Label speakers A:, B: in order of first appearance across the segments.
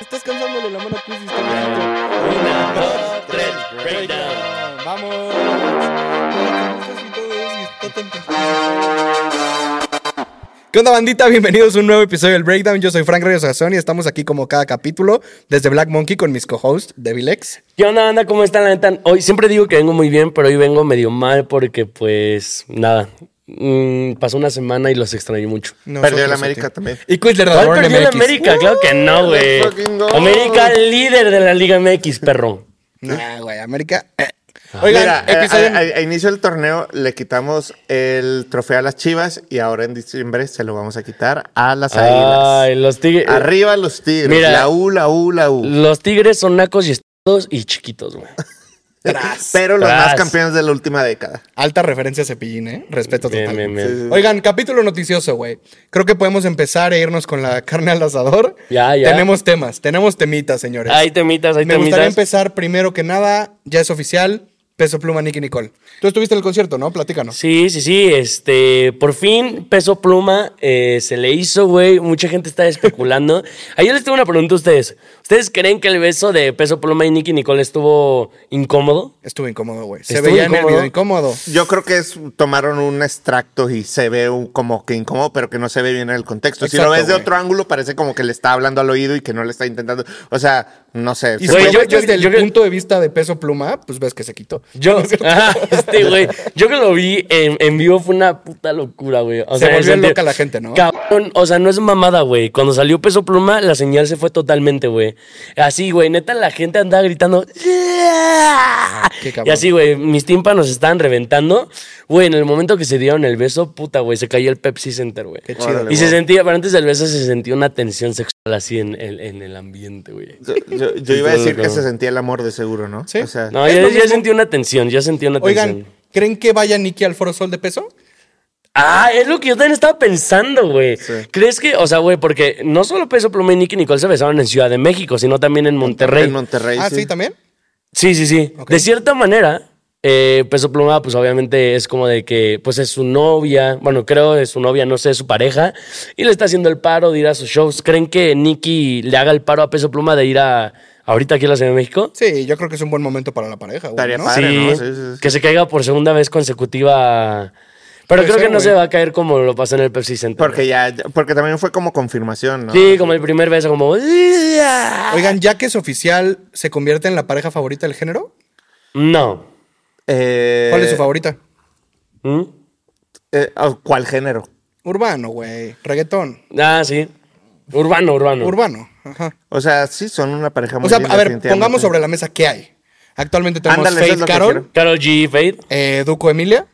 A: Estás cansándole la mano, Chris. Está Una, dos, tres, breakdown. Vamos. ¿Qué onda, bandita? Bienvenidos a un nuevo episodio del Breakdown. Yo soy Frank Reyes Sazón y estamos aquí como cada capítulo desde Black Monkey con mis co-hosts, Devilex.
B: ¿Qué onda, banda? ¿Cómo están? La neta, hoy siempre digo que vengo muy bien, pero hoy vengo medio mal porque, pues, nada. Mm, pasó una semana y los extrañé mucho.
C: Perdió el América también.
A: Y Quizler
B: ¿Cuál
A: Dador
B: perdió la
A: MX.
B: América? Claro que no, güey.
C: let's fucking go.
B: América líder de la Liga MX, perro.
A: Nah, güey, América. eh. Oigan,
C: Mira, eh,
A: episodio.
C: a, a- a inicio del torneo le quitamos el trofeo a las Chivas y ahora en diciembre se lo vamos a quitar a las Águilas.
B: Ay, los tigres.
C: Arriba los Tigres.
B: Mira.
C: la U, la U, la U.
B: Los tigres son nacos y estados y chiquitos, güey.
C: Pero los
B: Tras.
C: más campeones de la última década.
A: Alta referencia a Cepillín, ¿eh? Respeto
B: Bien,
A: total.
B: bien, bien.
C: Sí, sí, sí.
A: Oigan, capítulo noticioso, güey. Creo que podemos empezar e irnos con la carne al asador.
B: Ya, ya.
A: Tenemos temas, tenemos temitas, señores.
B: Ahí temitas, ahí
A: Me gustaría
B: temitas.
A: empezar primero que nada, ya es oficial, Peso Pluma, Nicky Nicole. Tú estuviste en el concierto, ¿no? Platícanos.
B: Sí, sí, sí. Este, por fin, peso pluma eh, se le hizo, güey. Mucha gente está especulando. Ahí yo les tengo una pregunta a ustedes. ¿Ustedes creen que el beso de peso pluma y Nicky Nicole estuvo incómodo?
A: Estuvo incómodo, güey. Se
B: ¿Estuvo
A: veía en el
B: incómodo?
A: video incómodo.
C: Yo creo que es, tomaron un extracto y se ve un- como que incómodo, pero que no se ve bien en el contexto. si
A: Exacto,
C: lo ves de
A: güey.
C: otro ángulo, parece como que le está hablando al oído y que no le está intentando. O sea, no sé.
A: Y
C: Se-
A: si
B: Güey,
A: lo
B: yo-
A: ves
B: yo-
A: desde el
B: yo creo-
A: punto de vista de Peso Pluma, pues ves que se quitó.
B: Yo, Ajá, este, güey, yo que lo vi en, en vivo fue una puta locura, güey. O
A: Se
B: en el
A: volvió
B: sentido-
A: loca la gente, ¿no?
B: Cabrón, o sea, no es mamada, güey. Cuando salió peso pluma, la señal se fue totalmente, güey. Así, güey, neta, la gente andaba gritando. "¡Yeah!".
A: Qué cabrón.
B: Y así, güey, mis tímpanos estaban reventando. Güey, en el momento que se dieron el beso, puta, güey, se cayó el Pepsi Center, güey.
A: Qué chido.
C: Órale.
B: Y
C: güey.
B: se sentía, pero antes del beso se sentía una tensión sexual así en, el- en el ambiente, güey.
C: yo, yo- yo iba a decir que se sentía el amor de seguro, ¿no?
A: Sí.
C: O sea,
B: No,
A: Es lo
B: yo, yo
A: mismo.
B: sentí una tensión, yo sentí una tensión.
A: Oigan, ¿creen que vaya Nicky al Foro Sol de peso?
B: Ah, es lo que yo también estaba pensando, güey.
C: Sí.
B: ¿Crees que, o sea, güey, porque no solo Peso Pluma y Nicky Nicole se besaron en Ciudad de México, sino también en Monterrey.
C: en Monterrey.
A: ah, sí, también.
B: sí, sí, sí.
A: Ok.
B: De cierta manera, eh, Peso Pluma, pues obviamente es como de que, pues es su novia, bueno, creo es su novia, no sé, es su pareja, y le está haciendo el paro de ir a sus shows. ¿Creen que Nicky le haga el paro a Peso Pluma de ir a, ahorita aquí a la Ciudad de México?
A: Sí, yo creo que es un buen momento para la pareja, güey.
C: Estaría
A: ¿no?
C: padre.
B: sí,
C: ¿no? Sí, sí, sí.
B: que se caiga por segunda vez consecutiva. Pero
A: Puede
B: creo
A: ser,
B: que no
A: güey.
B: se va a caer como lo pasó en el Pepsi Center.
C: Porque ya, porque también fue como confirmación, ¿no?
B: Sí, como el primer beso, como. Oigan.
A: Oigan, ya que es oficial, ¿se convierte en la pareja favorita del género?
B: No.
C: Eh,
A: ¿Cuál es su favorita?
B: ¿Mm?
C: eh, oh, ¿Cuál género?
A: Urbano, güey. Reggaetón.
B: Ah, sí. Urbano, urbano.
A: Urbano. Ajá.
C: O sea, sí, son una pareja
A: O
C: muy
A: sea,
C: linda,
A: a ver,
C: definitivamente.
A: pongamos sobre la mesa qué hay. Actualmente tenemos
C: Ándale, eso es
A: Faith
C: lo que
A: Carol,
C: quiero.
B: Carol G, Fade,
A: eh, Duco Emilia,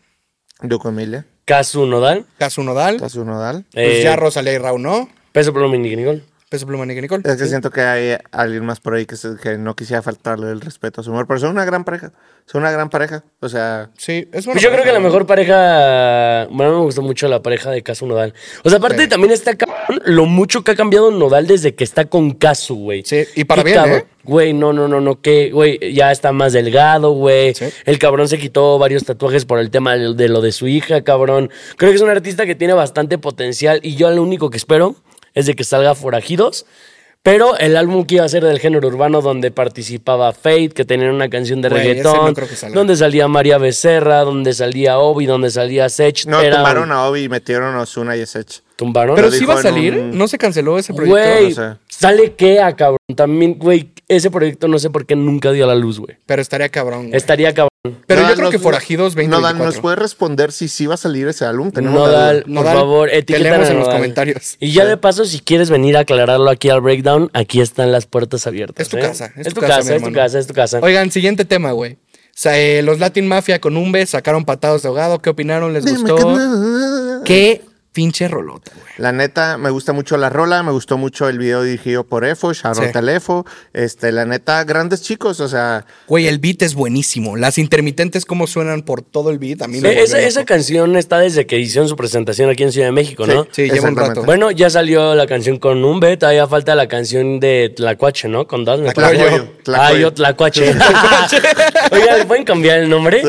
C: Duco Emilia,
B: Kazu Nodal,
A: Casu Nodal,
C: Casu Nodal.
B: eh,
A: pues ya Rosalía y Raúl, ¿no?
B: Peso Pluma y Nicky Nicole.
A: Peso Pluma, Nicky Nicole.
C: Es que siento que hay alguien más por ahí que, se- que no quisiera faltarle el respeto a su amor, pero son una gran pareja. Son una gran pareja. O sea,
A: Sí, es
B: Pues yo creo que la mejor pareja. Bueno, me gustó mucho la pareja de Casu Nodal. O sea, aparte
A: Sí.
B: también está cabrón lo mucho que ha cambiado Nodal desde que está con Casu, güey.
A: Sí, y para
B: Qué
A: bien,
B: cabrón.
A: ¿eh?
B: Güey, no, no, no, no, que, güey, ya está más delgado, güey.
A: Sí.
B: El cabrón se quitó varios tatuajes por el tema de de lo de su hija, cabrón. Creo que es un artista que tiene bastante potencial y yo lo único que espero es de que salga Forajidos. Pero el álbum que iba a ser del género urbano donde participaba Fate, que tenía una canción de
A: Güey, ese no
B: reggaetón,
A: creo que salga.
B: donde salía María Becerra, donde salía Obi, donde salía Sech.
C: no
B: era-
C: tumbaron a Obi y metieron a Osuna y a Sech.
B: ¿Tumbaron?
A: Pero
C: Lo
A: sí
C: dijo
A: va a
C: en
A: salir,
C: un-
A: no se canceló ese proyecto.
B: Güey,
C: no sé.
B: sale Kea, cabrón. También, güey, ese proyecto no sé por qué nunca dio a la luz, güey.
A: Pero estaría cabrón. güey.
B: Estaría cabrón.
A: Pero yo
C: Nodal
A: creo
C: nos-
A: que Forajidos 20
C: Nodal, ¿nos puede responder si sí va a salir ese álbum? Tenemos la duda.
B: Nodal, por
A: Nodal,
B: favor,
A: te
B: etiqueta
A: leemos en los comentarios.
B: Y ya de paso, si quieres venir a aclararlo aquí al breakdown, aquí están las puertas abiertas.
A: Es tu
B: ¿eh?
A: casa, es
B: es
A: tu
B: tu
A: casa, mi
B: casa, es tu
A: hermano.
B: casa, es tu casa.
A: Oigan, siguiente tema, güey. O sea, eh, los Latin Mafia con un beso sacaron patados de ahogado. ¿Qué opinaron? ¿Les
C: Dime
A: gustó?
C: que no.
A: Qué pinche rolota, güey.
C: La neta, me gusta mucho la rola, me gustó mucho el video dirigido por Efo, Sharon
A: Sí.
C: Talefo. Este, la neta, grandes chicos, o sea,
A: Güey, el beat es buenísimo. Las intermitentes, cómo suenan por todo el beat. A mí
B: Eh,
A: me
B: esa,
A: volvió
B: esa
A: loco.
B: canción está desde que hicieron su presentación aquí en Ciudad de México, ¿no?
A: Sí, lleva un
C: Exactamente.
A: rato.
B: Bueno, ya salió la canción con un beta, ya falta la canción de Tlacuache, ¿no? Con dos, me parece.
C: Tlacoyo,
B: Ah,
C: Tlacoyo.
B: yo Tlacuache. Oiga, ¿le pueden cambiar el nombre?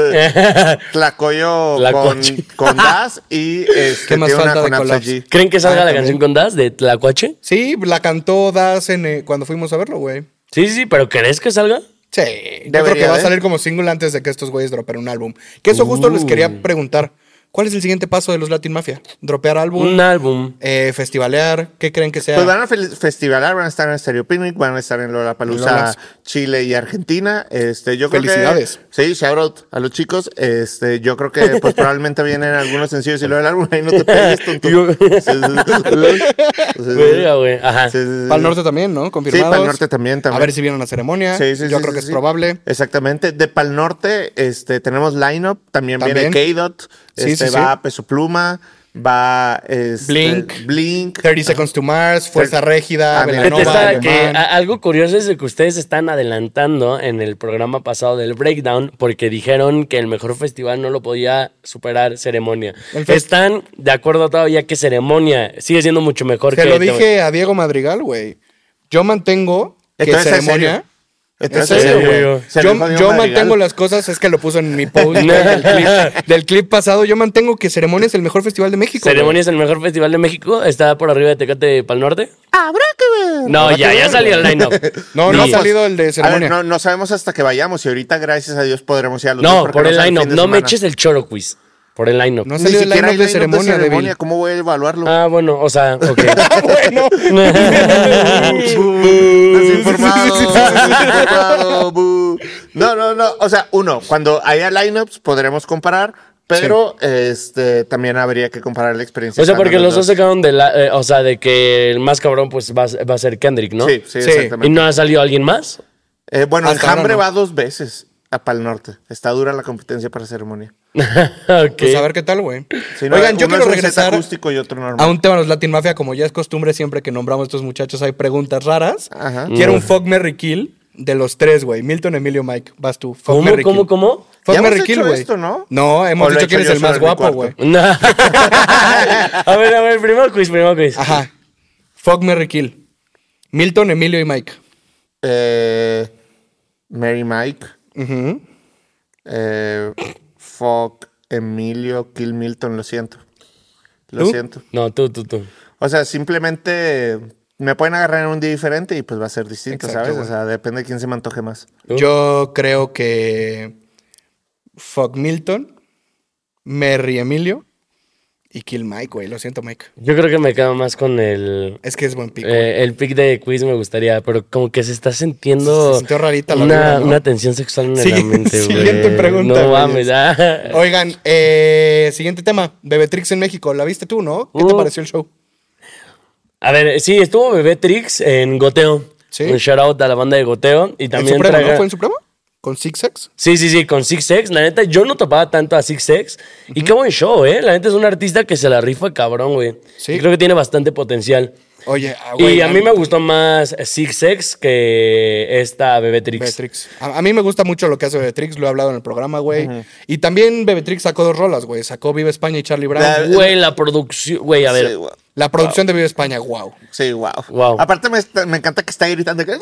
C: Tlacoyo con,
B: Tlacoche.
C: con Das y este,
A: ¿Qué más
C: tiene
A: cuenta de
C: con Absol
A: Collapse.
C: G.
B: ¿Creen que salga
A: Ah,
B: la
A: también.
B: canción con Das de Tlacuache?
A: Sí, la cantó Das en, eh, cuando fuimos a verlo, güey.
B: Sí, sí, sí, pero ¿crees que salga?
A: Sí, yo creo que
C: Debería ¿eh?
A: va a
C: de.
A: salir como single antes de que estos güeyes dropen un álbum. Que eso justo les quería preguntar. ¿Cuál es el siguiente paso de los Latin Mafia? ¿Dropear álbum?
B: Un álbum.
A: Eh, ¿Festivalear? ¿Qué creen que sea?
C: Pues van a fel- festivalar, van a estar en Stereo Picnic, van a estar en Lollapalooza,
A: Lolas.
C: Chile y Argentina. Este, yo
A: Felicidades.
C: Creo que, sí, shout out a los chicos. Este, yo creo que pues probablemente vienen algunos sencillos y lo del álbum ahí no te pegues, tonto.
B: Yo-
C: Sí, sí, sí. Sí,
B: Verga, güey. Ajá.
C: sí, sí, sí.
A: Para el norte también, ¿no? Confirmados.
C: Pa'l Norte también, también.
A: A ver si vienen a la ceremonia.
C: Sí, sí,
A: Yo
C: sí,
A: creo
C: sí,
A: que es
C: sí.
A: probable.
C: Exactamente. De Pal Norte este, tenemos Lineup, también,
A: También.
C: viene K-Dot,
A: Sí,
C: este,
A: sí,
C: va
A: sí.
C: Peso Pluma, va este,
A: Blink.
C: Blink.
A: 30 Seconds to Mars, Fuerza
C: Ter-
A: Régida,
C: Ah, mira.
B: Fíjate,
A: Belanova,
B: está que
A: Alemán.
B: a- algo curioso es de que ustedes están adelantando en el programa pasado del Breakdown porque dijeron que el mejor festival no lo podía superar Ceremonia.
A: El fest-
B: Están de acuerdo todavía que Ceremonia sigue siendo mucho mejor
A: Te
B: que
A: lo dije a Diego Madrigal, güey. Yo mantengo que
C: Esto es en
A: ceremonia.
C: serio. Esto
A: En
C: es
A: serio,
B: serio,
A: güey.
B: Diego.
C: Se lo dijo
A: Yo,
C: Diego
A: yo
C: Madrigal.
A: mantengo las cosas, es que lo puso en mi post güey, del, clip, del clip pasado. Yo mantengo que Ceremonia es el mejor festival de México. güey.
B: Ceremonia es el mejor festival de México, está por arriba de Tecate Pal Norte. No, ya, ya salió el line-up.
A: No, no ha
B: Sí.
A: salido el de
C: A ver,
A: Ceremonia.
C: no, no sabemos hasta que vayamos y ahorita, gracias a Dios, podremos ir a los dos
B: No,
C: porque
B: por el
C: sale
B: line-up.
C: fin de
B: No me
C: semana.
B: eches el choro quiz. Por el line-up.
A: No ha
C: Ni
A: salido el line
C: siquiera hay
A: de
C: line-up
A: Ceremonia, débil.
C: ¿Cómo voy a evaluarlo?
B: Ah, bueno, o sea, ok.
A: Ah, bueno.
C: Desinformado, desinformado, bu. No, no, no. O sea, uno, cuando haya lineups podremos comparar, pero este también habría que comparar la experiencia.
B: O sea,
C: estando
B: porque los dos
C: dos.
B: se quedaron de la. eh, o sea, de que el más cabrón, pues va, a- va a ser Kendrick, ¿no?
C: Sí,
A: Sí.
C: sí,
B: ¿Y
C: exactamente.
B: no ha salido alguien más?
C: Eh, bueno,
A: Hasta ahora
C: Alhambre
A: no.
C: va dos veces a Pal Norte. Está dura la competencia para ceremonia.
B: ok.
A: Pues a ver qué tal, güey.
C: Si no,
A: Oigan, yo
C: uno
A: quiero
C: es un set
A: regresar
C: acústico y otro normal.
A: a un tema de los Latin Mafia. Como ya es costumbre, siempre que nombramos a estos muchachos hay preguntas raras.
C: Ajá. Mm.
A: Quiero un Fuck Merry Kill de los tres, güey. Milton, Emilio, Mike. Vas tú. Fuck
B: ¿Cómo,
A: Merry
B: cómo,
A: Kill.
B: cómo?
A: Fuck
C: Ya hemos
A: Merry
C: hecho
A: Kill, güey.
C: esto, ¿no?
A: No,
C: ¿O
A: hemos
C: lo he
A: dicho quién
C: hecho
A: es
C: yo
A: el más
C: solo en mi
A: guapo,
C: cuarto?
A: güey.
B: No. a ver, a ver, primero quiz, primero quiz.
A: Ajá. Fuck Merry Kill. Milton, Emilio y Mike.
C: Eh, Mary Mike.
A: Ujú.
C: Eh, fuck Emilio Kill Milton, lo siento. Lo
A: ¿Tú?
C: siento.
B: No, tú, tú, tú.
C: O sea, simplemente me pueden agarrar en un día diferente y pues va a ser distinto,
A: Exacto,
C: ¿sabes?
A: güey.
C: O sea, depende de quién se me antoje más.
B: ¿Tú?
A: Yo creo que. Fuck Milton. Merry Emilio. Y Kill Mike, güey. Lo siento, Mike.
B: Yo creo que me quedo más con el.
A: Es que es buen pico.
B: eh, el pick de quiz me gustaría, pero como que se está sintiendo
A: Se sintió rarita la
B: una,
A: vibra, ¿no?
B: una tensión sexual en
A: Sigue-
B: el ambiente, güey.
A: siguiente pregunta,
B: No
A: güey.
B: mames, ah.
A: Oigan, eh, siguiente tema. Bebetrix en México. ¿La viste tú, no? ¿Qué te
B: Uh.
A: pareció el show?
B: A ver, sí, estuvo Bebé Trix en Goteo.
A: Sí.
B: Un shout out a la banda de Goteo. Y
A: En
B: también
A: Supremo,
B: traga-
A: ¿no? ¿Fue en Supremo? ¿Con Six Sex?
B: Sí, sí, sí, con Six Sex. La neta, yo no topaba tanto a Six Sex. Y qué buen show, ¿eh? La neta es un artista que se la rifa cabrón, güey.
A: Sí.
B: Y creo que tiene bastante potencial.
A: Oye, ah,
B: y
A: güey,
B: a mí me gustó más Six Sex que esta Bebetrix.
A: Bebetrix. A, a mí me gusta mucho lo que hace Bebetrix, lo he hablado en el programa, güey. Y también Bebetrix sacó dos rolas, güey. Sacó Viva España y Charlie Brown.
C: La-
B: Güey, la producción. Güey, a ver.
C: Sí, wow.
A: La producción de Viva España, wow.
C: Sí, wow.
B: Wow.
C: Aparte me, está- me encanta que está gritando. que- ¡Ah!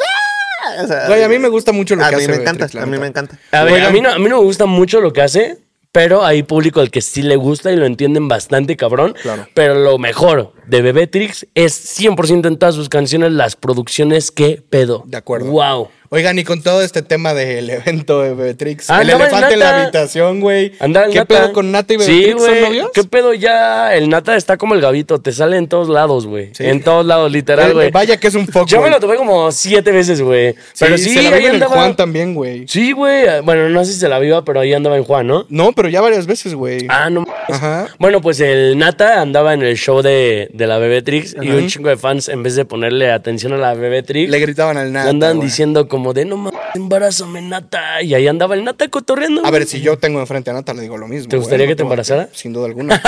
C: O sea,
A: Güey, a mí me gusta mucho lo
C: a
A: que
C: mí
A: hace
C: me
A: Bebetrix,
C: encanta,
A: la
C: a mí
A: neta.
C: me encanta.
B: A ver,
A: Oigan.
B: a mí, no, a mí no me gusta mucho lo que hace, pero hay público al que sí le gusta y lo entienden bastante cabrón.
A: Claro.
B: Pero lo mejor de Bebetrix es 100% en todas sus canciones las producciones que pedo.
A: De acuerdo.
B: Wow.
A: Oigan, y con todo este tema del evento de Bebetrix, el
B: Andaba el
A: elefante en la
B: Nata.
A: habitación, güey.
B: Anda el
A: ¿Qué
B: Nata.
A: pedo con Nata y Bebetrix?
B: Sí,
A: ¿Son
B: güey.
A: novios?
B: ¿Qué pedo ya? El Nata está como el gavito, te sale en todos lados, güey.
A: Sí.
B: En todos lados, literal,
A: Eh,
B: güey.
A: Vaya que es un fuck,
B: Yo me
A: güey.
B: lo tomé como siete veces, güey. pero
A: se
B: sí,
A: la
B: ahí
A: vive en el
B: andaba.
A: Juan también, güey.
B: Sí, güey. Bueno, no sé si se la viva, pero ahí andaba en Juan, ¿no?
A: No, pero ya varias veces, güey.
B: Ah, no.
A: Ajá.
B: Bueno, pues el Nata andaba en el show de, de la Bebetrix y un chingo de fans, en vez de ponerle atención a la Bebetrix,
A: Le gritaban al Nata.
B: andan
A: güey.
B: diciendo como de no mames, embarázame, Nata. Y ahí andaba el Nata cotorreando.
A: A
B: güey.
A: ver, si yo tengo enfrente a Nata, le digo lo mismo.
B: ¿Te
A: güey.
B: gustaría
A: No
B: que te
A: voy a-
B: embarazara?
A: Sin duda alguna.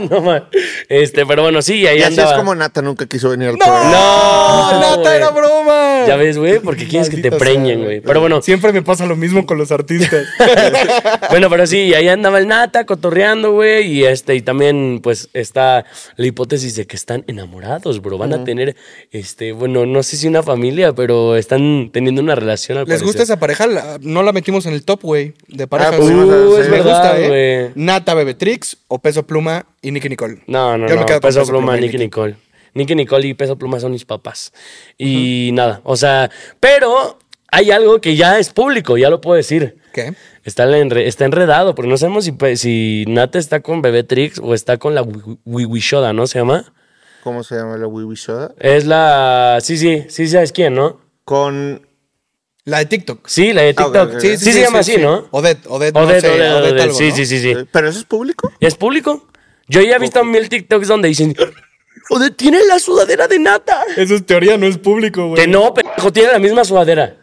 B: no mames. Este, pero bueno, sí, ahí
C: Y así
B: andaba.
C: es como Nata nunca quiso venir al
A: ¡No!
C: programa.
B: No,
A: ¡Nata,
B: güey.
A: era broma!
B: Ya ves, güey, porque quieres que te
A: Maldita sea,
B: preñen, güey. Pero bueno,
A: Siempre me pasa lo mismo con los artistas.
B: bueno, pero sí, ahí andaba el Nata cotorreando, güey, y este y también pues está la hipótesis de que están enamorados, bro, van a tener este, bueno, no sé si una familia, pero están teniendo una relación al
A: Les gusta esa pareja, la- no la metimos en el top, güey, de parejas.
B: Ah,
C: pues sí,
A: güey.
C: o sea, sí.
B: es
A: Me
B: verdad,
A: gusta, ¿eh?
B: güey.
A: Nata Bebetrix o Peso Pluma y Nicky Nicole.
B: No, no,
A: Yo
B: no.
A: me quedo con
B: Peso Pluma,
A: y
B: Nicky Nicole. Nicky Nicole y Peso Pluma son mis papás. Y nada, o sea, pero hay algo que ya es público, ya lo puedo decir.
A: ¿Qué?
B: Está, la enre- está enredado, porque no sabemos si, pe- si Nata está con Bebetrix o está con la Wi- Wi- Wishoda, ¿no se llama?
C: ¿Cómo se llama la Wiwi Soda?
B: Es la... Sí, sí, sí sabes quién, ¿no?
C: Con.
A: La de TikTok.
B: Sí, la de TikTok.
C: Ah, ok, ok.
B: Sí, sí, se llama así, ¿no?
A: Odette, Odette, no
B: Odette,
A: sé,
B: Odette,
A: Odette
B: Odette,
A: algo,
B: sí,
A: ¿no?
B: sí, sí, sí.
C: ¿Pero eso es público?
B: ¿Es público? Yo ya he visto mil TikToks donde dicen, Odette tiene la sudadera de Nata.
A: Eso es teoría, no es público, güey.
B: Que no, pendejo, tiene la misma sudadera.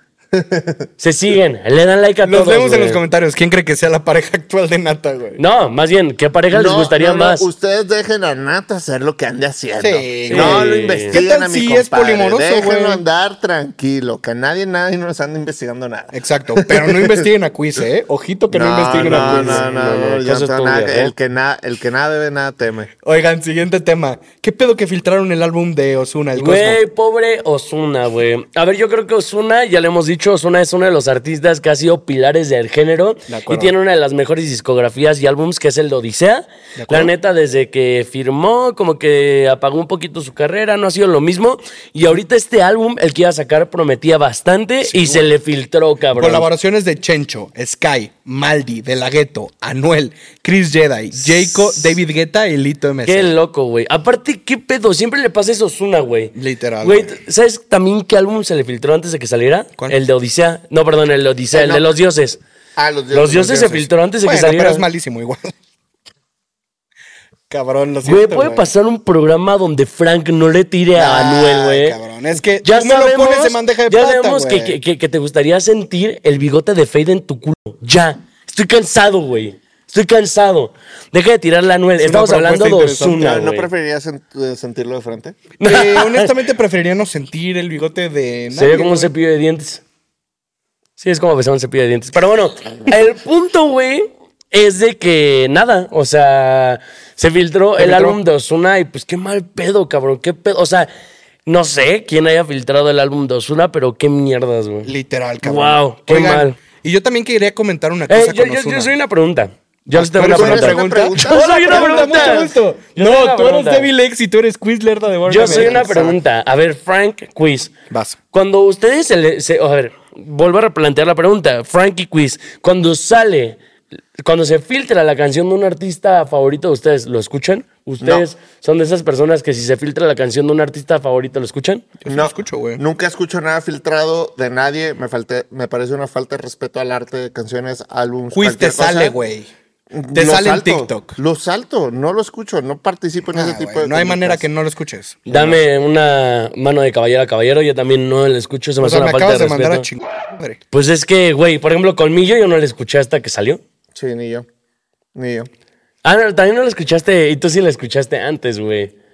B: Se siguen, le dan like a
A: Los
B: todos.
A: vemos en
B: güey.
A: los comentarios. ¿Quién cree que sea la pareja actual de Nata, güey?
B: No, más bien, ¿qué pareja les
C: No,
B: gustaría
C: no, no,
B: más?
C: Ustedes dejen a Nata hacer lo que ande haciendo.
A: Sí.
C: No lo
B: Sí.
A: ¿Qué
C: investiguen
A: tal
C: a mi
A: si es
C: compadre.
A: polimoroso,
C: Déjenlo
A: güey?
C: andar tranquilo, que nadie, nadie nos anda investigando nada.
A: Exacto, pero no investiguen a Quiz, ¿eh? Ojito que no, investiguen a
C: no,
A: Quiz.
C: no, no,
B: No, no,
C: no, yo
B: cosas
C: no tengo nada
B: turbias,
C: que-
B: ¿eh?
C: el, que na- el que nada debe, nada teme.
A: Oigan, siguiente tema. ¿Qué pedo que filtraron el álbum de Osuna, el Cosmo?
B: Güey, pobre Osuna, güey. A ver, yo creo que Osuna, ya le hemos dicho, Osuna es uno de los artistas que ha sido pilares del género
A: De acuerdo.
B: y tiene una de las mejores discografías y álbums que es el de Odisea.
A: De acuerdo.
B: La neta, desde que firmó, como que apagó un poquito su carrera, no ha sido lo mismo. Y ahorita este álbum, el que iba a sacar, prometía bastante y se le filtró, cabrón.
A: Colaboraciones de Chencho, Sky, Maldi, De La Ghetto, Anuel, Chris Jedi, Jaco, David Guetta y Lito MS.
B: Qué loco, güey. Aparte, qué pedo. Siempre le pasa eso a Ozuna, güey.
A: Literal,
B: Güey,
A: güey.
B: ¿sabes también qué álbum se le filtró antes de que saliera?
A: ¿Cuál?
B: El de Odisea. No, perdón, el de Odisea,
C: Eh,
B: el
C: no.
B: de los dioses.
C: Ah, los dioses.
B: Los dioses se filtró antes de
A: Bueno,
B: que saliera.
A: pero es malísimo igual. Cabrón, lo siento,
B: Güey, puede pasar un programa donde Frank no le tire a
A: Ay,
B: Anuel, güey.
A: cabrón, es que
B: ya
A: tú me lo
B: sabemos,
A: pones en bandeja de
B: ya
A: plata,
B: sabemos que,
A: güey.
B: que- que- que te gustaría sentir el bigote de Fade en tu culo. Ya. Estoy cansado, güey. Estoy cansado. Deja de tirarle a Anuel.
A: una
B: Estamos hablando de
A: propuesta interesante.
B: Osuna,
C: ¿No
B: güey.
C: preferirías sent- eh, sentirlo de frente?
A: Eh, honestamente preferiría no sentir el bigote de nadie,
B: Sería como un
A: güey.
B: cepillo de dientes. Sí, es como besar un cepillo de dientes. Pero bueno, el punto, güey, es de que nada. O sea, se filtró el
A: filtró.
B: álbum de Osuna y pues qué mal pedo, cabrón. Qué pedo. O sea, no sé quién haya filtrado el álbum de Osuna, pero qué mierdas, güey.
A: Literal, cabrón.
B: Guau, qué
A: Oigan,
B: mal.
A: Y yo también quería comentar una
B: Eh,
A: cosa
B: yo,
A: con
B: yo- yo
A: Ozuna.
B: soy una pregunta. Yo les tengo
A: ¿Tú
B: una
A: eres
B: pregunta.
C: una pregunta?
B: Yo soy
A: Hola,
B: una pregunta.
A: mucho gusto.
B: Yo soy una
A: No, tú eres
B: pregunta.
A: Devil X y tú eres Quiz Lerda de Borja.
B: Yo soy una
A: Exacto.
B: pregunta. A ver, Frank Quiz.
A: Vas.
B: Cuando ustedes se, le- se- a ver, vuelvo a replantear la pregunta, Frankie Quiz, cuando sale, cuando se filtra la canción de un artista favorito, ¿ustedes lo escuchan? ¿Ustedes son de esas personas que si se filtra la canción de un artista favorito lo escuchan?
A: Yo sí lo escucho, güey.
C: Nunca escucho nada filtrado de nadie. Me, falté, me parece una falta de respeto al arte de canciones, álbumes.
A: Quiz te
C: cualquier cosa. Mm,
A: sale, güey. Te
C: Lo
A: sale en
C: salto,
A: TikTok.
C: Lo salto, no lo escucho, no participo en
A: Ah,
C: ese
A: güey,
C: tipo de
A: no hay
C: conductas.
A: manera que no lo escuches.
B: Dame una mano de caballero a caballero, yo también no la escucho, se me
A: O
B: hace
A: sea, me
B: Pues una falta
A: acabas
B: de
A: de mandar a
B: respeto.
A: chingar. madre.
B: pues es que, güey, por ejemplo, Colmillo yo no la escuché hasta que salió.
C: Sí, ni yo. Ni yo.
B: Ah, no, también no la escuchaste, y tú sí la escuchaste antes, güey.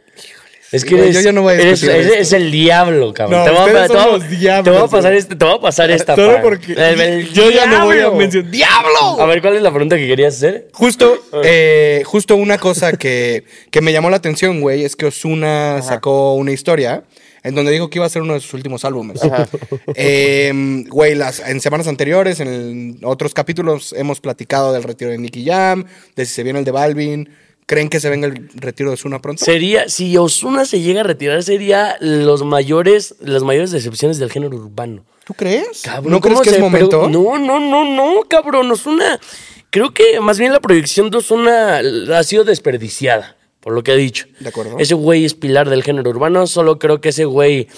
B: Es que
A: güey,
B: eres,
A: yo ya no voy a
B: eres-
A: discutir
B: eres-
A: esto.
B: es el diablo, cabrón.
A: No,
B: te, voy a,
A: ustedes
B: te voy a-
A: son los
B: te voy a
A: diablos,
B: pasar
A: güey.
B: este, te voy a pasar esta.
A: Solo
B: para-
A: porque
B: el- el
A: yo ya no voy a
B: diablo.
A: mencionar. ¡Diablo!
B: A ver, ¿cuál es la pregunta que querías hacer?
A: Justo, eh, justo una cosa que, que me llamó la atención, güey, es que Osuna sacó una historia en donde dijo que iba a ser uno de sus últimos álbumes. Eh, Güey, las- en semanas anteriores, en el- otros capítulos, hemos platicado del retiro de Nicky Jam, de si se viene el de Balvin. ¿Creen que se venga el retiro de Osuna pronto?
B: Sería, si Osuna se llega a retirar, sería los mayores, las mayores decepciones del género urbano.
A: ¿Tú crees?
B: Cabrón,
A: ¿No crees
B: ¿cómo
A: que es
B: se- pero-
A: momento?
B: no, no, no, no, cabrón. Osuna. Creo que más bien la proyección de Osuna ha sido desperdiciada, por lo que he dicho.
A: De acuerdo.
B: Ese güey es pilar del género urbano. Solo creo que ese güey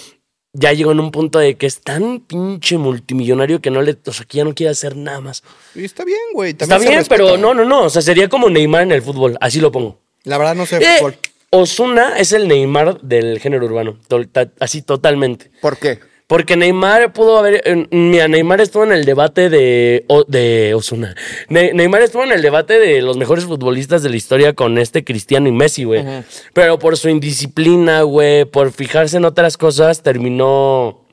B: ya llegó en un punto de que es tan pinche multimillonario que no le. O sea, que ya no quiere hacer nada más.
A: Y está bien, güey.
B: Está
A: también se
B: bien,
A: respeta,
B: pero
A: güey.
B: no, no, no. O sea, sería como Neymar en el fútbol. Así lo pongo.
A: La verdad no sé.
B: Eh,
A: Paul.
B: Osuna es el Neymar del género urbano. Tol- ta- así totalmente.
C: ¿Por qué?
B: Porque Neymar pudo haber. eh, Mira, Neymar estuvo en el debate de. o- de Osuna. Neymar estuvo en el debate de los mejores futbolistas de la historia con este Cristiano y Messi, güey. Pero por su indisciplina, güey, por fijarse en otras cosas, terminó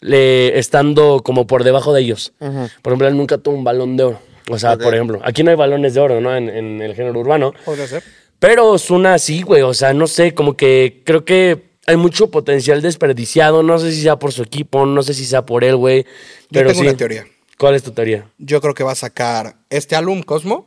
B: le- estando como por debajo de ellos. Por ejemplo, él nunca tuvo un balón de oro. O sea, por ejemplo, aquí no hay balones de oro, ¿no? En, en el género urbano.
A: Podría ser.
B: Pero Osuna sí, güey. O sea, no sé, como que creo que hay mucho potencial desperdiciado. No sé si sea por su equipo, no sé si sea por él, güey. Pero
A: tengo
B: sí.
A: una teoría.
B: ¿Cuál es tu teoría?
A: Yo creo que va a sacar este álbum, Cosmo.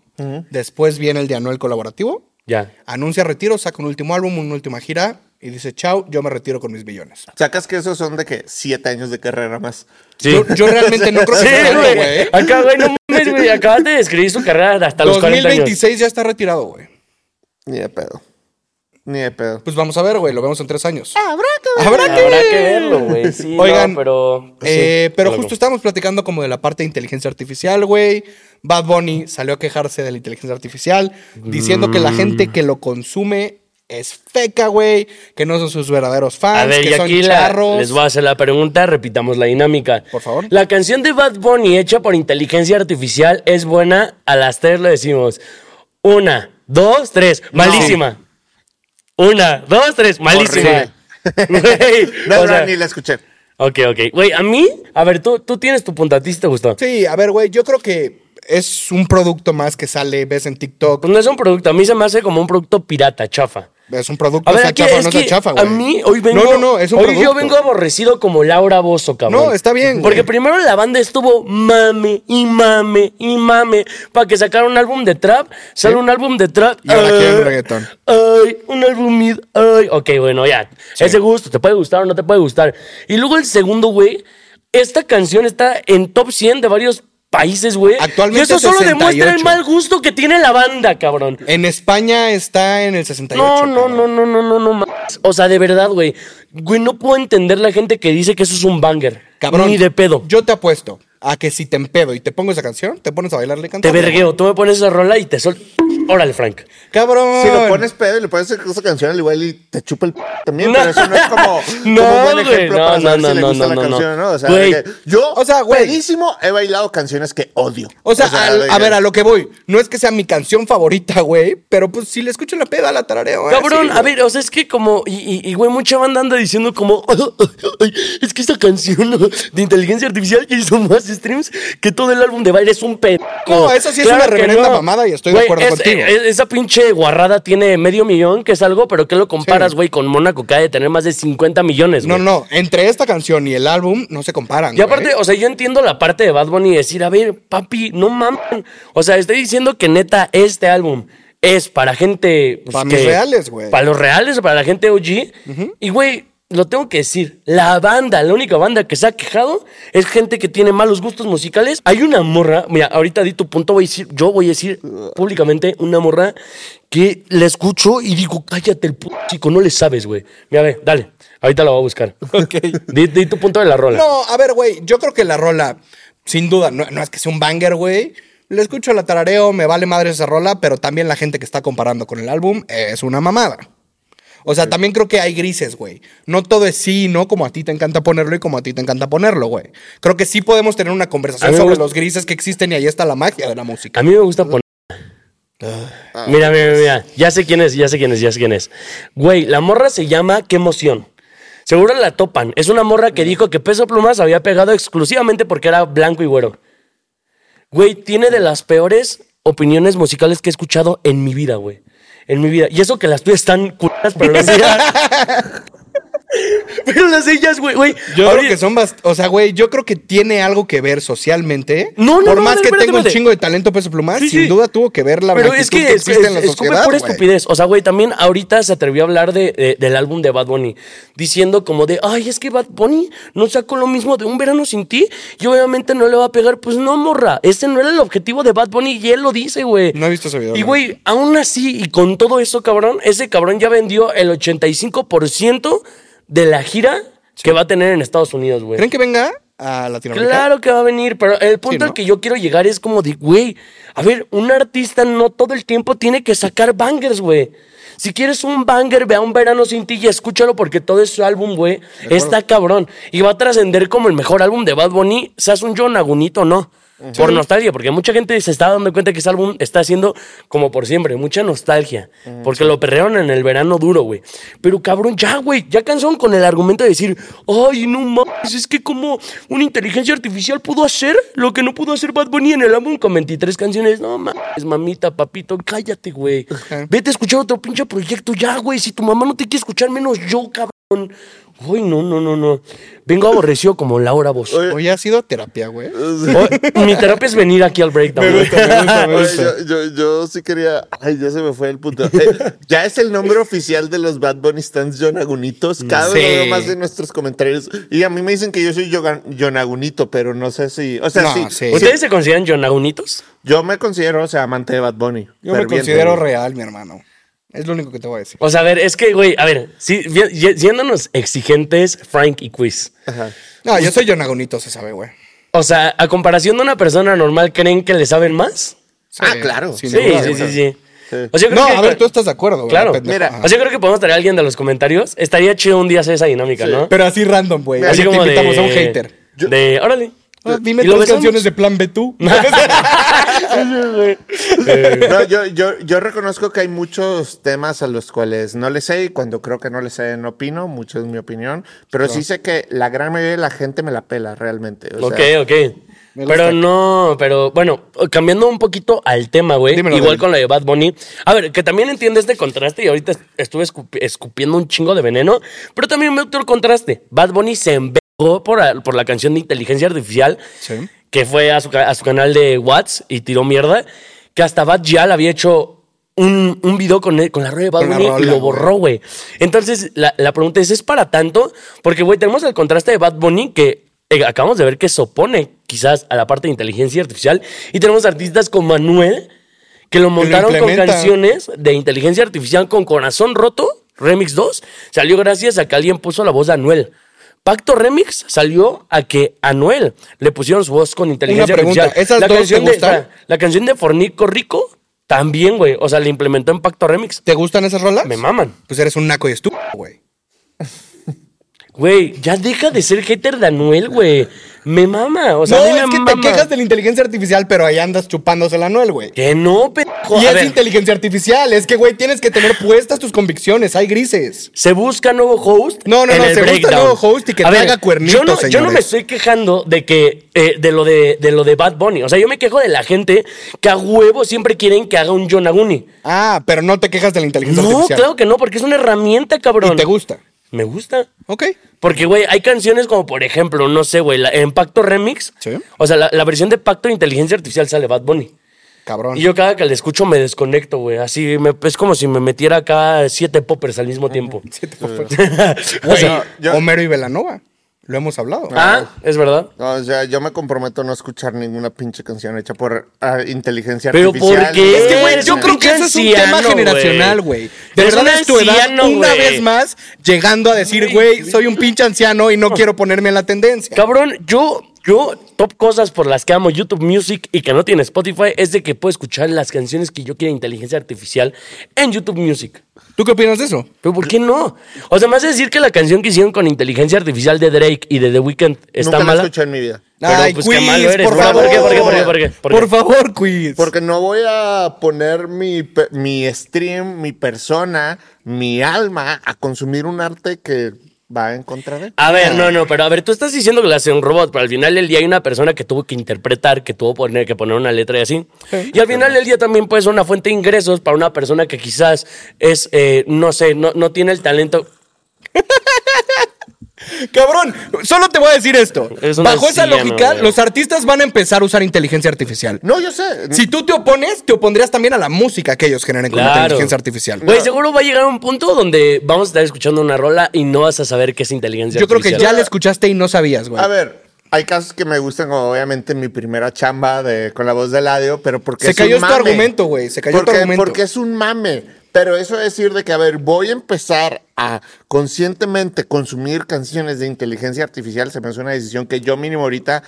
A: Después viene el de Anuel colaborativo.
B: Ya.
A: Anuncia retiro, saca un último álbum, una última gira. Y dice, chao, yo me retiro con mis billones.
C: Sacas que esos son de que siete años de carrera más.
B: Sí.
A: Yo, yo realmente no creo que
B: Sí,
A: sea algo,
B: güey.
A: güey.
B: Acá, güey, no mames, güey. Acabaste de escribir su carrera hasta los 40 años.
A: 2026 ya está retirado, güey.
C: Ni de pedo. Ni de pedo.
A: Pues vamos a ver, güey, lo vemos en tres años. Habrá que ver.
B: Habrá que verlo, güey. Sí, no,
A: Oigan,
B: pero.
A: Eh,
B: sí,
A: pero
B: luego.
A: justo estábamos platicando como de la parte de inteligencia artificial, güey. Bad Bunny salió a quejarse de la inteligencia artificial, diciendo
B: Mm.
A: que la gente que lo consume es feca, güey, que no son sus verdaderos fans,
B: A ver,
A: que
B: y
A: son
B: aquí la-
A: charros.
B: les voy a hacer la pregunta, repitamos la dinámica.
A: Por favor.
B: La canción de Bad Bunny hecha por inteligencia artificial es buena, a las tres lo decimos. Una, dos, tres, malísima. Una, dos, tres, malísima. Güey,
C: No,
B: o
C: no,
B: sea,
C: ni la escuché.
B: ok, ok. Güey, a mí, a ver, tú, tú tienes tu punto, a ti sí te gustó.
A: Sí, a ver, güey, yo creo que es un producto más que sale, ves en TikTok.
B: Pues no es un producto, a mí se me hace como un producto pirata, chafa.
A: Es un producto,
B: A ver,
A: esa
B: aquí
A: chafa,
B: es
A: no
B: que
A: es chafa,
B: a
A: güey.
B: mí hoy vengo.
A: No, no, no, es un
B: hoy
A: producto.
B: yo vengo aborrecido como Laura Bozo, cabrón.
A: No, está bien,
B: Porque
A: güey.
B: primero la banda estuvo mame y mame y mame para que sacara un álbum de trap. Sale un álbum de trap.
A: Y ahora
B: ay,
A: quieren reggaetón.
B: Ay, un álbum mid. Ay. Ok, bueno, ya. Ese gusto, te puede gustar o no te puede gustar. Y luego el segundo, güey. Esta canción está en top 100 de varios países, güey.
A: Actualmente
B: Y eso solo
A: 68.
B: demuestra el mal gusto que tiene la banda, cabrón.
A: En España está en el 68.
B: No, no,
A: cabrón.
B: no, no, no, no, no más. O sea, de verdad, güey. Güey, no puedo entender la gente que dice que eso es un banger.
A: Cabrón.
B: Ni de pedo.
A: Yo te apuesto a que si te empedo y te pongo esa canción, te pones a bailarle y
B: te
A: cantar.
B: vergueo. Tú me pones esa rola y te sol. Órale, Frank.
A: Cabrón.
C: Si lo pones pedo y le pones esa canción, al igual y te chupa el p también,
B: No.
C: pero eso no es como,
B: No,
C: como un buen
B: güey,
C: ejemplo
B: no,
C: para
B: no,
C: saber
B: no,
C: si le
B: no,
C: gusta
B: no,
C: la
B: no.
C: canción, ¿no? O sea,
B: Güey.
C: de que yo,
A: O sea, güey.
C: pedísimo, he bailado canciones que odio.
A: O sea, al-
C: de
A: a
C: que-
A: ver, a lo que voy. No es que sea mi canción favorita, güey, pero pues si le escucho la peda, la tarareo. eh,
B: Cabrón,
A: sí,
B: a
A: güey.
B: ver, o sea, es que como. Y, y- y, güey, mucha banda anda diciendo como. "Ay, es que esta canción de inteligencia artificial que hizo más streams que todo el álbum de baile es un pedo.
A: No, eso sí es una reverenda mamada y estoy de acuerdo contigo.
B: eh, esa pinche guarrada tiene medio millón, que es algo, pero ¿qué lo comparas, güey, con Mónaco que ha de tener más de 50 millones, güey?
A: No, no, entre esta canción y el álbum no se comparan.
B: Y aparte, o sea, yo entiendo la parte de Bad Bunny decir, a ver, papi, no mames. O sea, estoy diciendo que neta este álbum es para gente... pues,
A: Pa' mis
B: que-
A: reales, güey.
B: Para los reales, para la gente OG. Y, güey, lo tengo que decir, la banda, la única banda que se ha quejado es gente que tiene malos gustos musicales. Hay una morra, mira, ahorita di tu punto, voy a decir, yo voy a decir públicamente una morra que la escucho y digo, cállate el p chico, no le sabes, güey. Mira, a ver, dale, ahorita la voy a buscar. Ok. Di, di tu punto de la rola.
A: No, a ver, güey, yo creo que la rola, sin duda, no, no es que sea un banger, güey. Le escucho la tarareo, me vale madre esa rola, pero también la gente que está comparando con el álbum eh, es una mamada. O sea, también creo que hay grises, güey. No todo es sí y no como a ti te encanta ponerlo y como a ti te encanta ponerlo, güey. Creo que sí podemos tener una
B: A
A: conversación
B: mí me
A: sobre
B: gusta-
A: los grises que existen y ahí está la magia de la música.
B: A mí me gusta poner. Mira, mira, mira. Ya sé quién es, ya sé quién es, ya sé quién es. Güey, la morra se llama Qué emoción. Seguro la topan. Es una morra que dijo que Peso Pluma se había pegado exclusivamente porque era blanco y güero. Güey, tiene de las peores opiniones musicales que he escuchado en mi vida, güey. En mi vida. Y eso que las tuyas están curas, pero las de ella- pero las de ellas, güey, güey.
A: Yo creo
B: ahorita-
A: que son bast- O sea, güey, yo creo que tiene algo que ver socialmente.
B: No, no,
A: Por
B: no,
A: más
B: no,
A: que
B: espérate,
A: tenga un
B: espérate.
A: chingo de talento peso pluma,
B: Sí,
A: Ah, sin
B: sí.
A: duda tuvo que ver la
B: Pero
A: blanquitud
B: es que,
A: que
B: es,
A: existe en la
B: es- es como
A: sociedad.
B: pura
A: güey.
B: estupidez. O sea, güey, también ahorita se atrevió a hablar de, de- del álbum de Bad Bunny, diciendo como de, ay, es que Bad Bunny no sacó lo mismo de un verano sin ti y obviamente no le va a pegar. Pues no, morra, ese no era el objetivo de Bad Bunny y él lo dice, güey.
A: No he visto ese video,
B: Y,
A: no.
B: güey, aún así y con todo eso, cabrón, ese cabrón ya vendió el 85% de la gira que va a tener en Estados Unidos, güey.
A: ¿Creen que venga a Latinoamérica?
B: Claro que va a venir, pero el punto
A: Sí, ¿no?
B: al que yo quiero llegar es como de, güey, a ver, un artista no todo el tiempo tiene que sacar bangers, güey. Si quieres un banger, ve a un verano sin ti y escúchalo porque todo es su álbum, güey. Está cabrón. Y va a trascender como el mejor álbum de Bad Bunny, seas un John Agunito o no. Por nostalgia, porque mucha gente se está dando cuenta que ese álbum está haciendo, como por siempre, mucha nostalgia. Porque lo perrearon en el verano duro, güey. Pero cabrón, ya, güey, ya cansaron con el argumento de decir, ay, no mames, es que como una inteligencia artificial pudo hacer lo que no pudo hacer Bad Bunny en el álbum con 23 canciones. No mames, mamita, papito, cállate, güey. Vete a escuchar otro pinche proyecto ya, güey. Si tu mamá no te quiere escuchar, menos yo, cabrón. Uy, no, no, no, no. Vengo aborrecido como Laura Vos.
A: Oye, ¿has ido a terapia, güey?
B: mi terapia es venir aquí al breakdown. güey.
C: Oye, yo, yo, yo sí quería. Ay, ya se me fue el punto. Eh, ya es el nombre oficial de los Bad Bunny Stans Jonagunitos.
B: Mm.
C: Cada
A: Sí.
C: uno veo más de nuestros comentarios. Y a mí me dicen que yo soy Yogan- Jonagunito, pero no sé si. O sea,
A: No,
C: sí,
A: sí.
C: sí,
B: ¿Ustedes se consideran Jonagunitos?
C: Yo me considero, o sea, amante de Bad Bunny.
A: Yo me
C: ferviente.
A: considero real, mi hermano. Es lo único que te voy a decir.
B: O sea, a ver, es que, güey, a ver, si, vi- ye- siéndonos exigentes, Frank y Quiz.
C: Ajá.
A: No, yo soy Yonagonito, se sabe, güey.
B: O sea, a comparación de una persona normal, ¿creen que le saben más?
C: Ah,
A: Sí,
C: claro.
A: sin
B: Sí,
A: duda,
B: sí,
A: güey.
B: sí, sí.
C: Sí.
B: O sea, yo creo
A: No,
B: que-
A: a ver, tú estás de acuerdo, güey.
B: Claro.
A: pendejo.
C: Mira,
A: Ajá.
B: O sea, yo creo que podemos traer a alguien de los comentarios. Estaría chido un día hacer esa dinámica, ¿no?
A: Pero así random, güey. Así te invitamos a un hater.
B: De, órale.
A: Ah, dime
B: Y lo
A: tres
B: besamos.
A: canciones de Plan B tú.
B: Eh.
C: No, yo, yo, yo reconozco que hay muchos temas a los cuales no le sé y cuando creo que no le sé no opino, mucho es mi opinión, pero sí sé que la gran mayoría de la gente me la pela realmente. o
B: Ok,
C: sea,
B: ok.
A: Me gusta.
B: Pero no, pero bueno, cambiando un poquito al tema, güey.
A: Dímelo,
B: Igual
A: Dani.
B: con la de Bad Bunny. A ver, que también entiendo este contraste y ahorita estuve escupi- escupiendo un chingo de veneno, pero también me otro contraste. Bad Bunny se envergó por, a- por la canción de inteligencia artificial
A: Sí.
B: que fue a su, ca- a su canal de Watts y tiró mierda, que hasta Bad Gyal había hecho un, un video con, él- con la rueda de Bad
A: Con la
B: Bunny
A: rola,
B: y lo borró, güey. Entonces, la, la pregunta es, ¿es para tanto? Porque, güey, tenemos el contraste de Bad Bunny que eh, acabamos de ver que se opone quizás a la parte de inteligencia artificial y tenemos artistas como Manuel que lo montaron con
A: implementa.
B: canciones de inteligencia artificial con Corazón Roto, Remix 2, salió gracias a que alguien puso la voz de Anuel. Pacto Remix salió a que Anuel le pusieron su voz con inteligencia
A: pregunta,
B: artificial.
A: ¿esas
B: la
A: dos te
B: canción de,
A: gustan?
B: la, la canción de Fornico Rico también, güey. O sea, le implementó en Pacto Remix.
A: ¿Te gustan esas rolas?
B: Me maman.
A: Pues eres un naco y estúpido, güey.
B: Güey, ya deja de ser hater de Anuel, güey. Me mama. O sea,
A: no,
B: a mí me
A: es que
B: mama.
A: te quejas de la inteligencia artificial, pero ahí andas chupándose la Anuel, güey.
B: Que no, pendejo.
A: Y
B: A
A: es
B: ver,
A: inteligencia artificial. Es que, güey, tienes que tener puestas tus convicciones. Hay grises.
B: Se busca nuevo host.
A: No, no,
B: en
A: no,
B: el
A: se busca
B: breakdown.
A: nuevo host y que
B: A
A: traiga cuernitos,
B: Yo no, yo no
A: señores.
B: me estoy quejando de que eh, de lo de, de lo de Bad Bunny. O sea, yo me quejo de la gente que a huevo siempre quieren que haga un Jonaguni.
A: Ah, pero no te quejas de la inteligencia
B: No,
A: artificial.
B: claro que no, porque es una herramienta, cabrón.
A: Y te gusta.
B: Me gusta.
A: Ok.
B: Porque, güey, hay canciones como, por ejemplo, no sé, güey, la- en Pacto Remix.
A: Sí.
B: O sea, la, la versión de Pacto de Inteligencia Artificial sale Bad Bunny.
A: Cabrón.
B: Y yo cada que la escucho me desconecto, güey. Así me- es como si me metiera acá siete poppers al mismo tiempo.
A: Güey,
B: O sea,
C: yo-
A: Homero y Velanova. Lo hemos hablado.
B: ah, es verdad.
C: No, o sea, yo me comprometo a no escuchar ninguna pinche canción hecha por ah, inteligencia
B: Pero
C: artificial.
B: ¿por qué?
C: Es
A: Es que,
C: que,
A: güey, yo
B: Eres
A: creo
B: un
A: que ese es un
B: anciano,
A: tema
B: güey.
A: generacional, güey. De
B: Eres
A: verdad
B: un
A: es tu edad
B: anciano,
A: una
B: güey.
A: vez más llegando a decir, güey, soy un pinche anciano y no quiero ponerme en la tendencia.
B: Cabrón, yo, yo, top cosas por las que amo YouTube Music y que no tiene Spotify es de que puedo escuchar las canciones que yo quiera de inteligencia artificial en YouTube Music.
A: ¿Tú qué opinas de eso?
B: Pero ¿por qué no? O sea, me hace decir que la canción que hicieron con inteligencia artificial de Drake y de The Weeknd está
C: nunca la
B: mala.
C: escuché en mi vida.
B: Pero,
A: Ay,
B: pues, qué
A: quiz,
B: malo eres,
A: por
B: ¿no?
A: favor.
B: ¿Por qué, por qué, por qué, por qué, por qué?
A: favor, quiz.
C: Porque no voy a poner mi, pe- mi stream, mi persona, mi alma a consumir un arte que va en contra de.
B: A ver, no, no, pero a ver, tú estás diciendo que la hace un robot, pero al final del día hay una persona que tuvo que interpretar, que tuvo poner, que poner una letra y así. Y al final del día también puede ser una fuente de ingresos para una persona que quizás es, eh, no sé, no, no tiene el talento.
A: Cabrón, solo te voy a decir esto.
B: Es una
A: Bajo esa
B: silla,
A: lógica,
B: no, güey.
A: los artistas van a empezar a usar inteligencia artificial.
C: No, yo sé.
A: Si tú te opones, te opondrías también a la música que ellos generen con
B: Claro.
A: inteligencia artificial.
B: Güey, seguro va a llegar un punto donde vamos a estar escuchando una rola y no vas a saber qué es inteligencia
A: Yo creo que ya
B: artificial.
A: la escuchaste y no sabías, güey.
C: A ver, hay casos que me gustan, como obviamente mi primera chamba de, con la voz de Ladio, pero porque
A: Se
C: es
A: cayó
C: un
A: tu
C: mame.
A: argumento, güey, se cayó tu
C: porque,
A: argumento.
C: Porque es un mame. Pero eso es decir de que, a ver, voy a empezar a conscientemente consumir canciones de inteligencia artificial, se me hace una decisión que yo mínimo ahorita,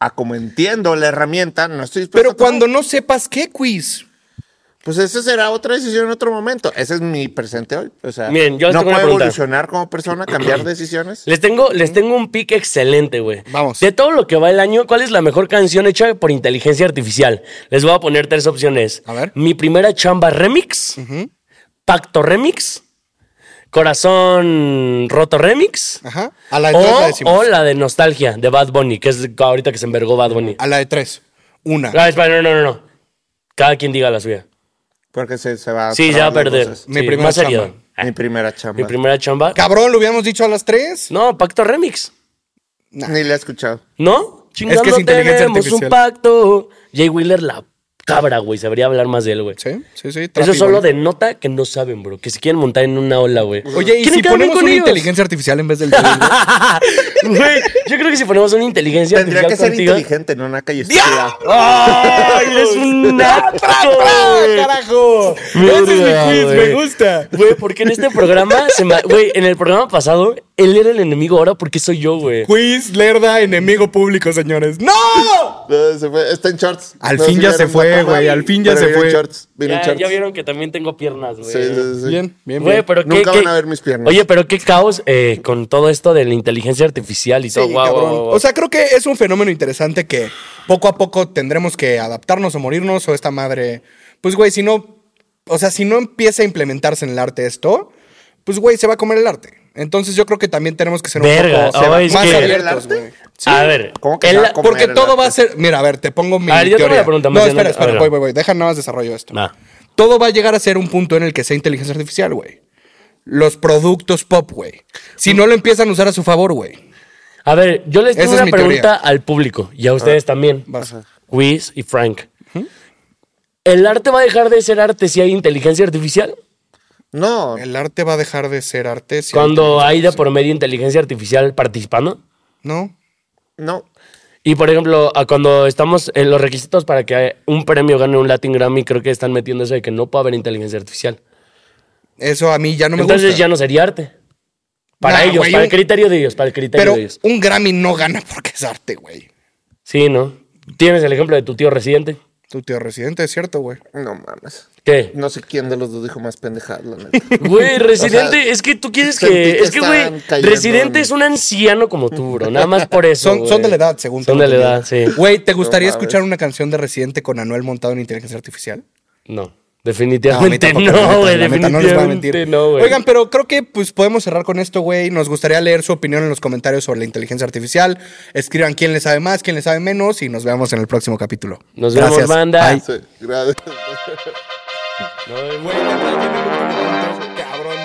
C: a como entiendo la herramienta, pues, no estoy dispuesto a
A: Pero
C: tomar.
A: cuando no sepas qué quiz.
C: Pues esa será otra decisión en otro momento. Ese es mi presente hoy. O sea,
B: Miren, yo les
C: no
B: tengo una
C: puedo
B: pregunta.
C: evolucionar como persona, cambiar decisiones.
B: Les tengo, les tengo un pick excelente, güey.
A: Vamos.
B: De todo lo que va el año, ¿cuál es la mejor canción hecha por inteligencia artificial? Les voy a poner tres opciones.
A: A ver.
B: Mi primera chamba remix. Pacto remix. Corazón roto remix.
A: Ajá. A la de tres la
B: O,
A: decimos.
B: o la de nostalgia de Bad Bunny, que es ahorita que se envergó Bad Bunny.
A: A la de tres. Una.
B: Ah, espera, no, no, no, no. Cada quien diga la suya.
C: Porque se, se va a
B: Sí,
C: trabar
B: ya va a
C: las
B: perder.
C: Ah, cosas.
A: Mi
B: Sí,
A: primera
B: más seriedad.
A: chamba.
C: Mi primera chamba.
B: Mi primera chamba.
A: Cabrón, lo hubiéramos dicho a las tres.
B: No, Pacto Remix.
C: Ni la he escuchado.
B: ¿No? Chingando
A: inteligencia
B: tenemos un
A: artificial.
B: pacto. Jay Wheeler, la cabra, güey. Sabría hablar más de él, güey.
A: Sí, sí, sí.
B: Eso
A: Trapi,
B: solo
A: güey.
B: denota que no saben, bro. Que se quieren montar en una ola, güey.
A: Oye, ¿y
B: ¿Quieren
A: si
B: quedar bien
A: ponemos
B: con
A: una
B: ellos?
A: inteligencia artificial en vez del. ¡Ah! tuyo, güey?
B: Güey, yo creo que si ponemos una inteligencia
C: Tendría que ser
B: artificial contigo-
C: inteligente, no una calle estúpida.
B: ¡Ay, eres un naco,
A: ¡Ah,
B: güey!
A: carajo!
B: Verga,
A: Ese es mi quiz, me
B: güey.
A: gusta.
B: Güey, porque en este programa, se ma- güey, en el programa pasado, él era el enemigo, ahora porque soy yo, güey.
A: Quiz, lerda, enemigo público, señores. ¡No!
C: No, se fue. Está en shorts.
A: Al
C: No,
A: fin
C: sí
A: ya
C: vieron
A: se
C: la
A: fue,
C: toma,
A: güey, al fin ya
C: pero
A: se
C: vino en
A: fue.
C: shorts, vino en
B: Ya,
C: shorts.
B: ya vieron que también tengo piernas, güey.
C: Sí, sí, sí.
A: Bien, bien,
B: Güey,
A: bien.
B: pero qué-
C: Nunca
B: qué-
C: van a ver mis piernas.
B: Oye, pero qué caos eh, con todo esto de la inteligencia artificial y todo.
A: Sí,
B: Guau,
A: cabrón.
B: guau, guau.
A: O sea, creo que es un fenómeno interesante que poco a poco tendremos que adaptarnos o morirnos o esta madre. Pues, güey, si no. O sea, si no empieza a implementarse en el arte esto, pues, güey, se va a comer el arte. Entonces, yo creo que también tenemos que ser
B: Verga,
A: un poco
B: ay, es
A: más
B: que-
A: abiertos,
C: ¿El arte?
A: güey.
B: a ver,
C: ¿Cómo que
B: él-
C: se va a comer?
A: Porque
C: el
A: todo va a
C: arte.
A: ser. Mira, a ver, te pongo mi.
B: A ver, yo tengo
A: teoría.
B: una pregunta más,
A: No,
B: ya
A: espera,
B: no- a
A: espera,
B: ver.
A: voy, voy, voy. Deja nada más desarrollo esto.
B: Nah.
A: Todo va a llegar a ser un punto en el que sea inteligencia artificial, güey. Los productos pop, güey. Si no lo empiezan a usar a su favor, güey.
B: A ver, yo les
A: Esa
B: tengo
A: es
B: una
A: mi
B: pregunta al público y a ustedes también.
A: Vas.
B: Wiz y Frank. ¿El arte va a dejar de ser arte si hay inteligencia artificial?
C: No,
A: El arte va a dejar de ser arte. si
B: Cuando hay de por medio inteligencia artificial participando.
A: No.
C: no.
B: Y por ejemplo, a cuando estamos en los requisitos para que un premio gane un Latin Grammy, creo que están metiendo eso de que no puede haber inteligencia artificial.
A: Eso a mí ya no me
B: Entonces
A: gusta.
B: ya no sería arte. Para
A: Nah,
B: ellos,
A: güey,
B: para
A: un-
B: el criterio de ellos, para el criterio
A: Pero
B: de ellos.
A: un Grammy no gana porque es arte, güey.
B: Sí, ¿no? Tienes el ejemplo de tu tío residente.
A: Tu tío residente es cierto, güey.
C: No mames.
B: ¿Qué?
C: No sé quién de los dos dijo más pendejadas, la neta.
B: Güey, residente,
C: O sea,
B: es que tú quieres
C: sentí
B: que.
C: que
B: Es que, güey,
C: estaban cayendo
B: residente
C: en-
B: es un anciano como tú, bro. Nada más por eso.
A: Son,
B: güey.
A: son de la edad, según
B: Son de la
A: tengo
B: edad, sí.
A: entendido. Güey, ¿te gustaría
C: mames.
A: escuchar una canción de Residente con Anuel montado en inteligencia artificial?
B: No,
A: neta,
B: definitivamente
A: porque la neta, la
B: no, güey.
A: neta,
B: definitivamente
A: no les voy a mentir.
B: no, güey.
A: Oigan, pero creo que pues podemos cerrar con esto, güey. Nos gustaría leer su opinión en los comentarios sobre la inteligencia artificial. Escriban quién le sabe más, quién le sabe menos y nos vemos en el próximo capítulo.
B: Nos vemos, banda.
A: Bye.
C: Sí, gracias.
B: No, güey.
A: Güey, neta, yo me gusta mucho, cabrón.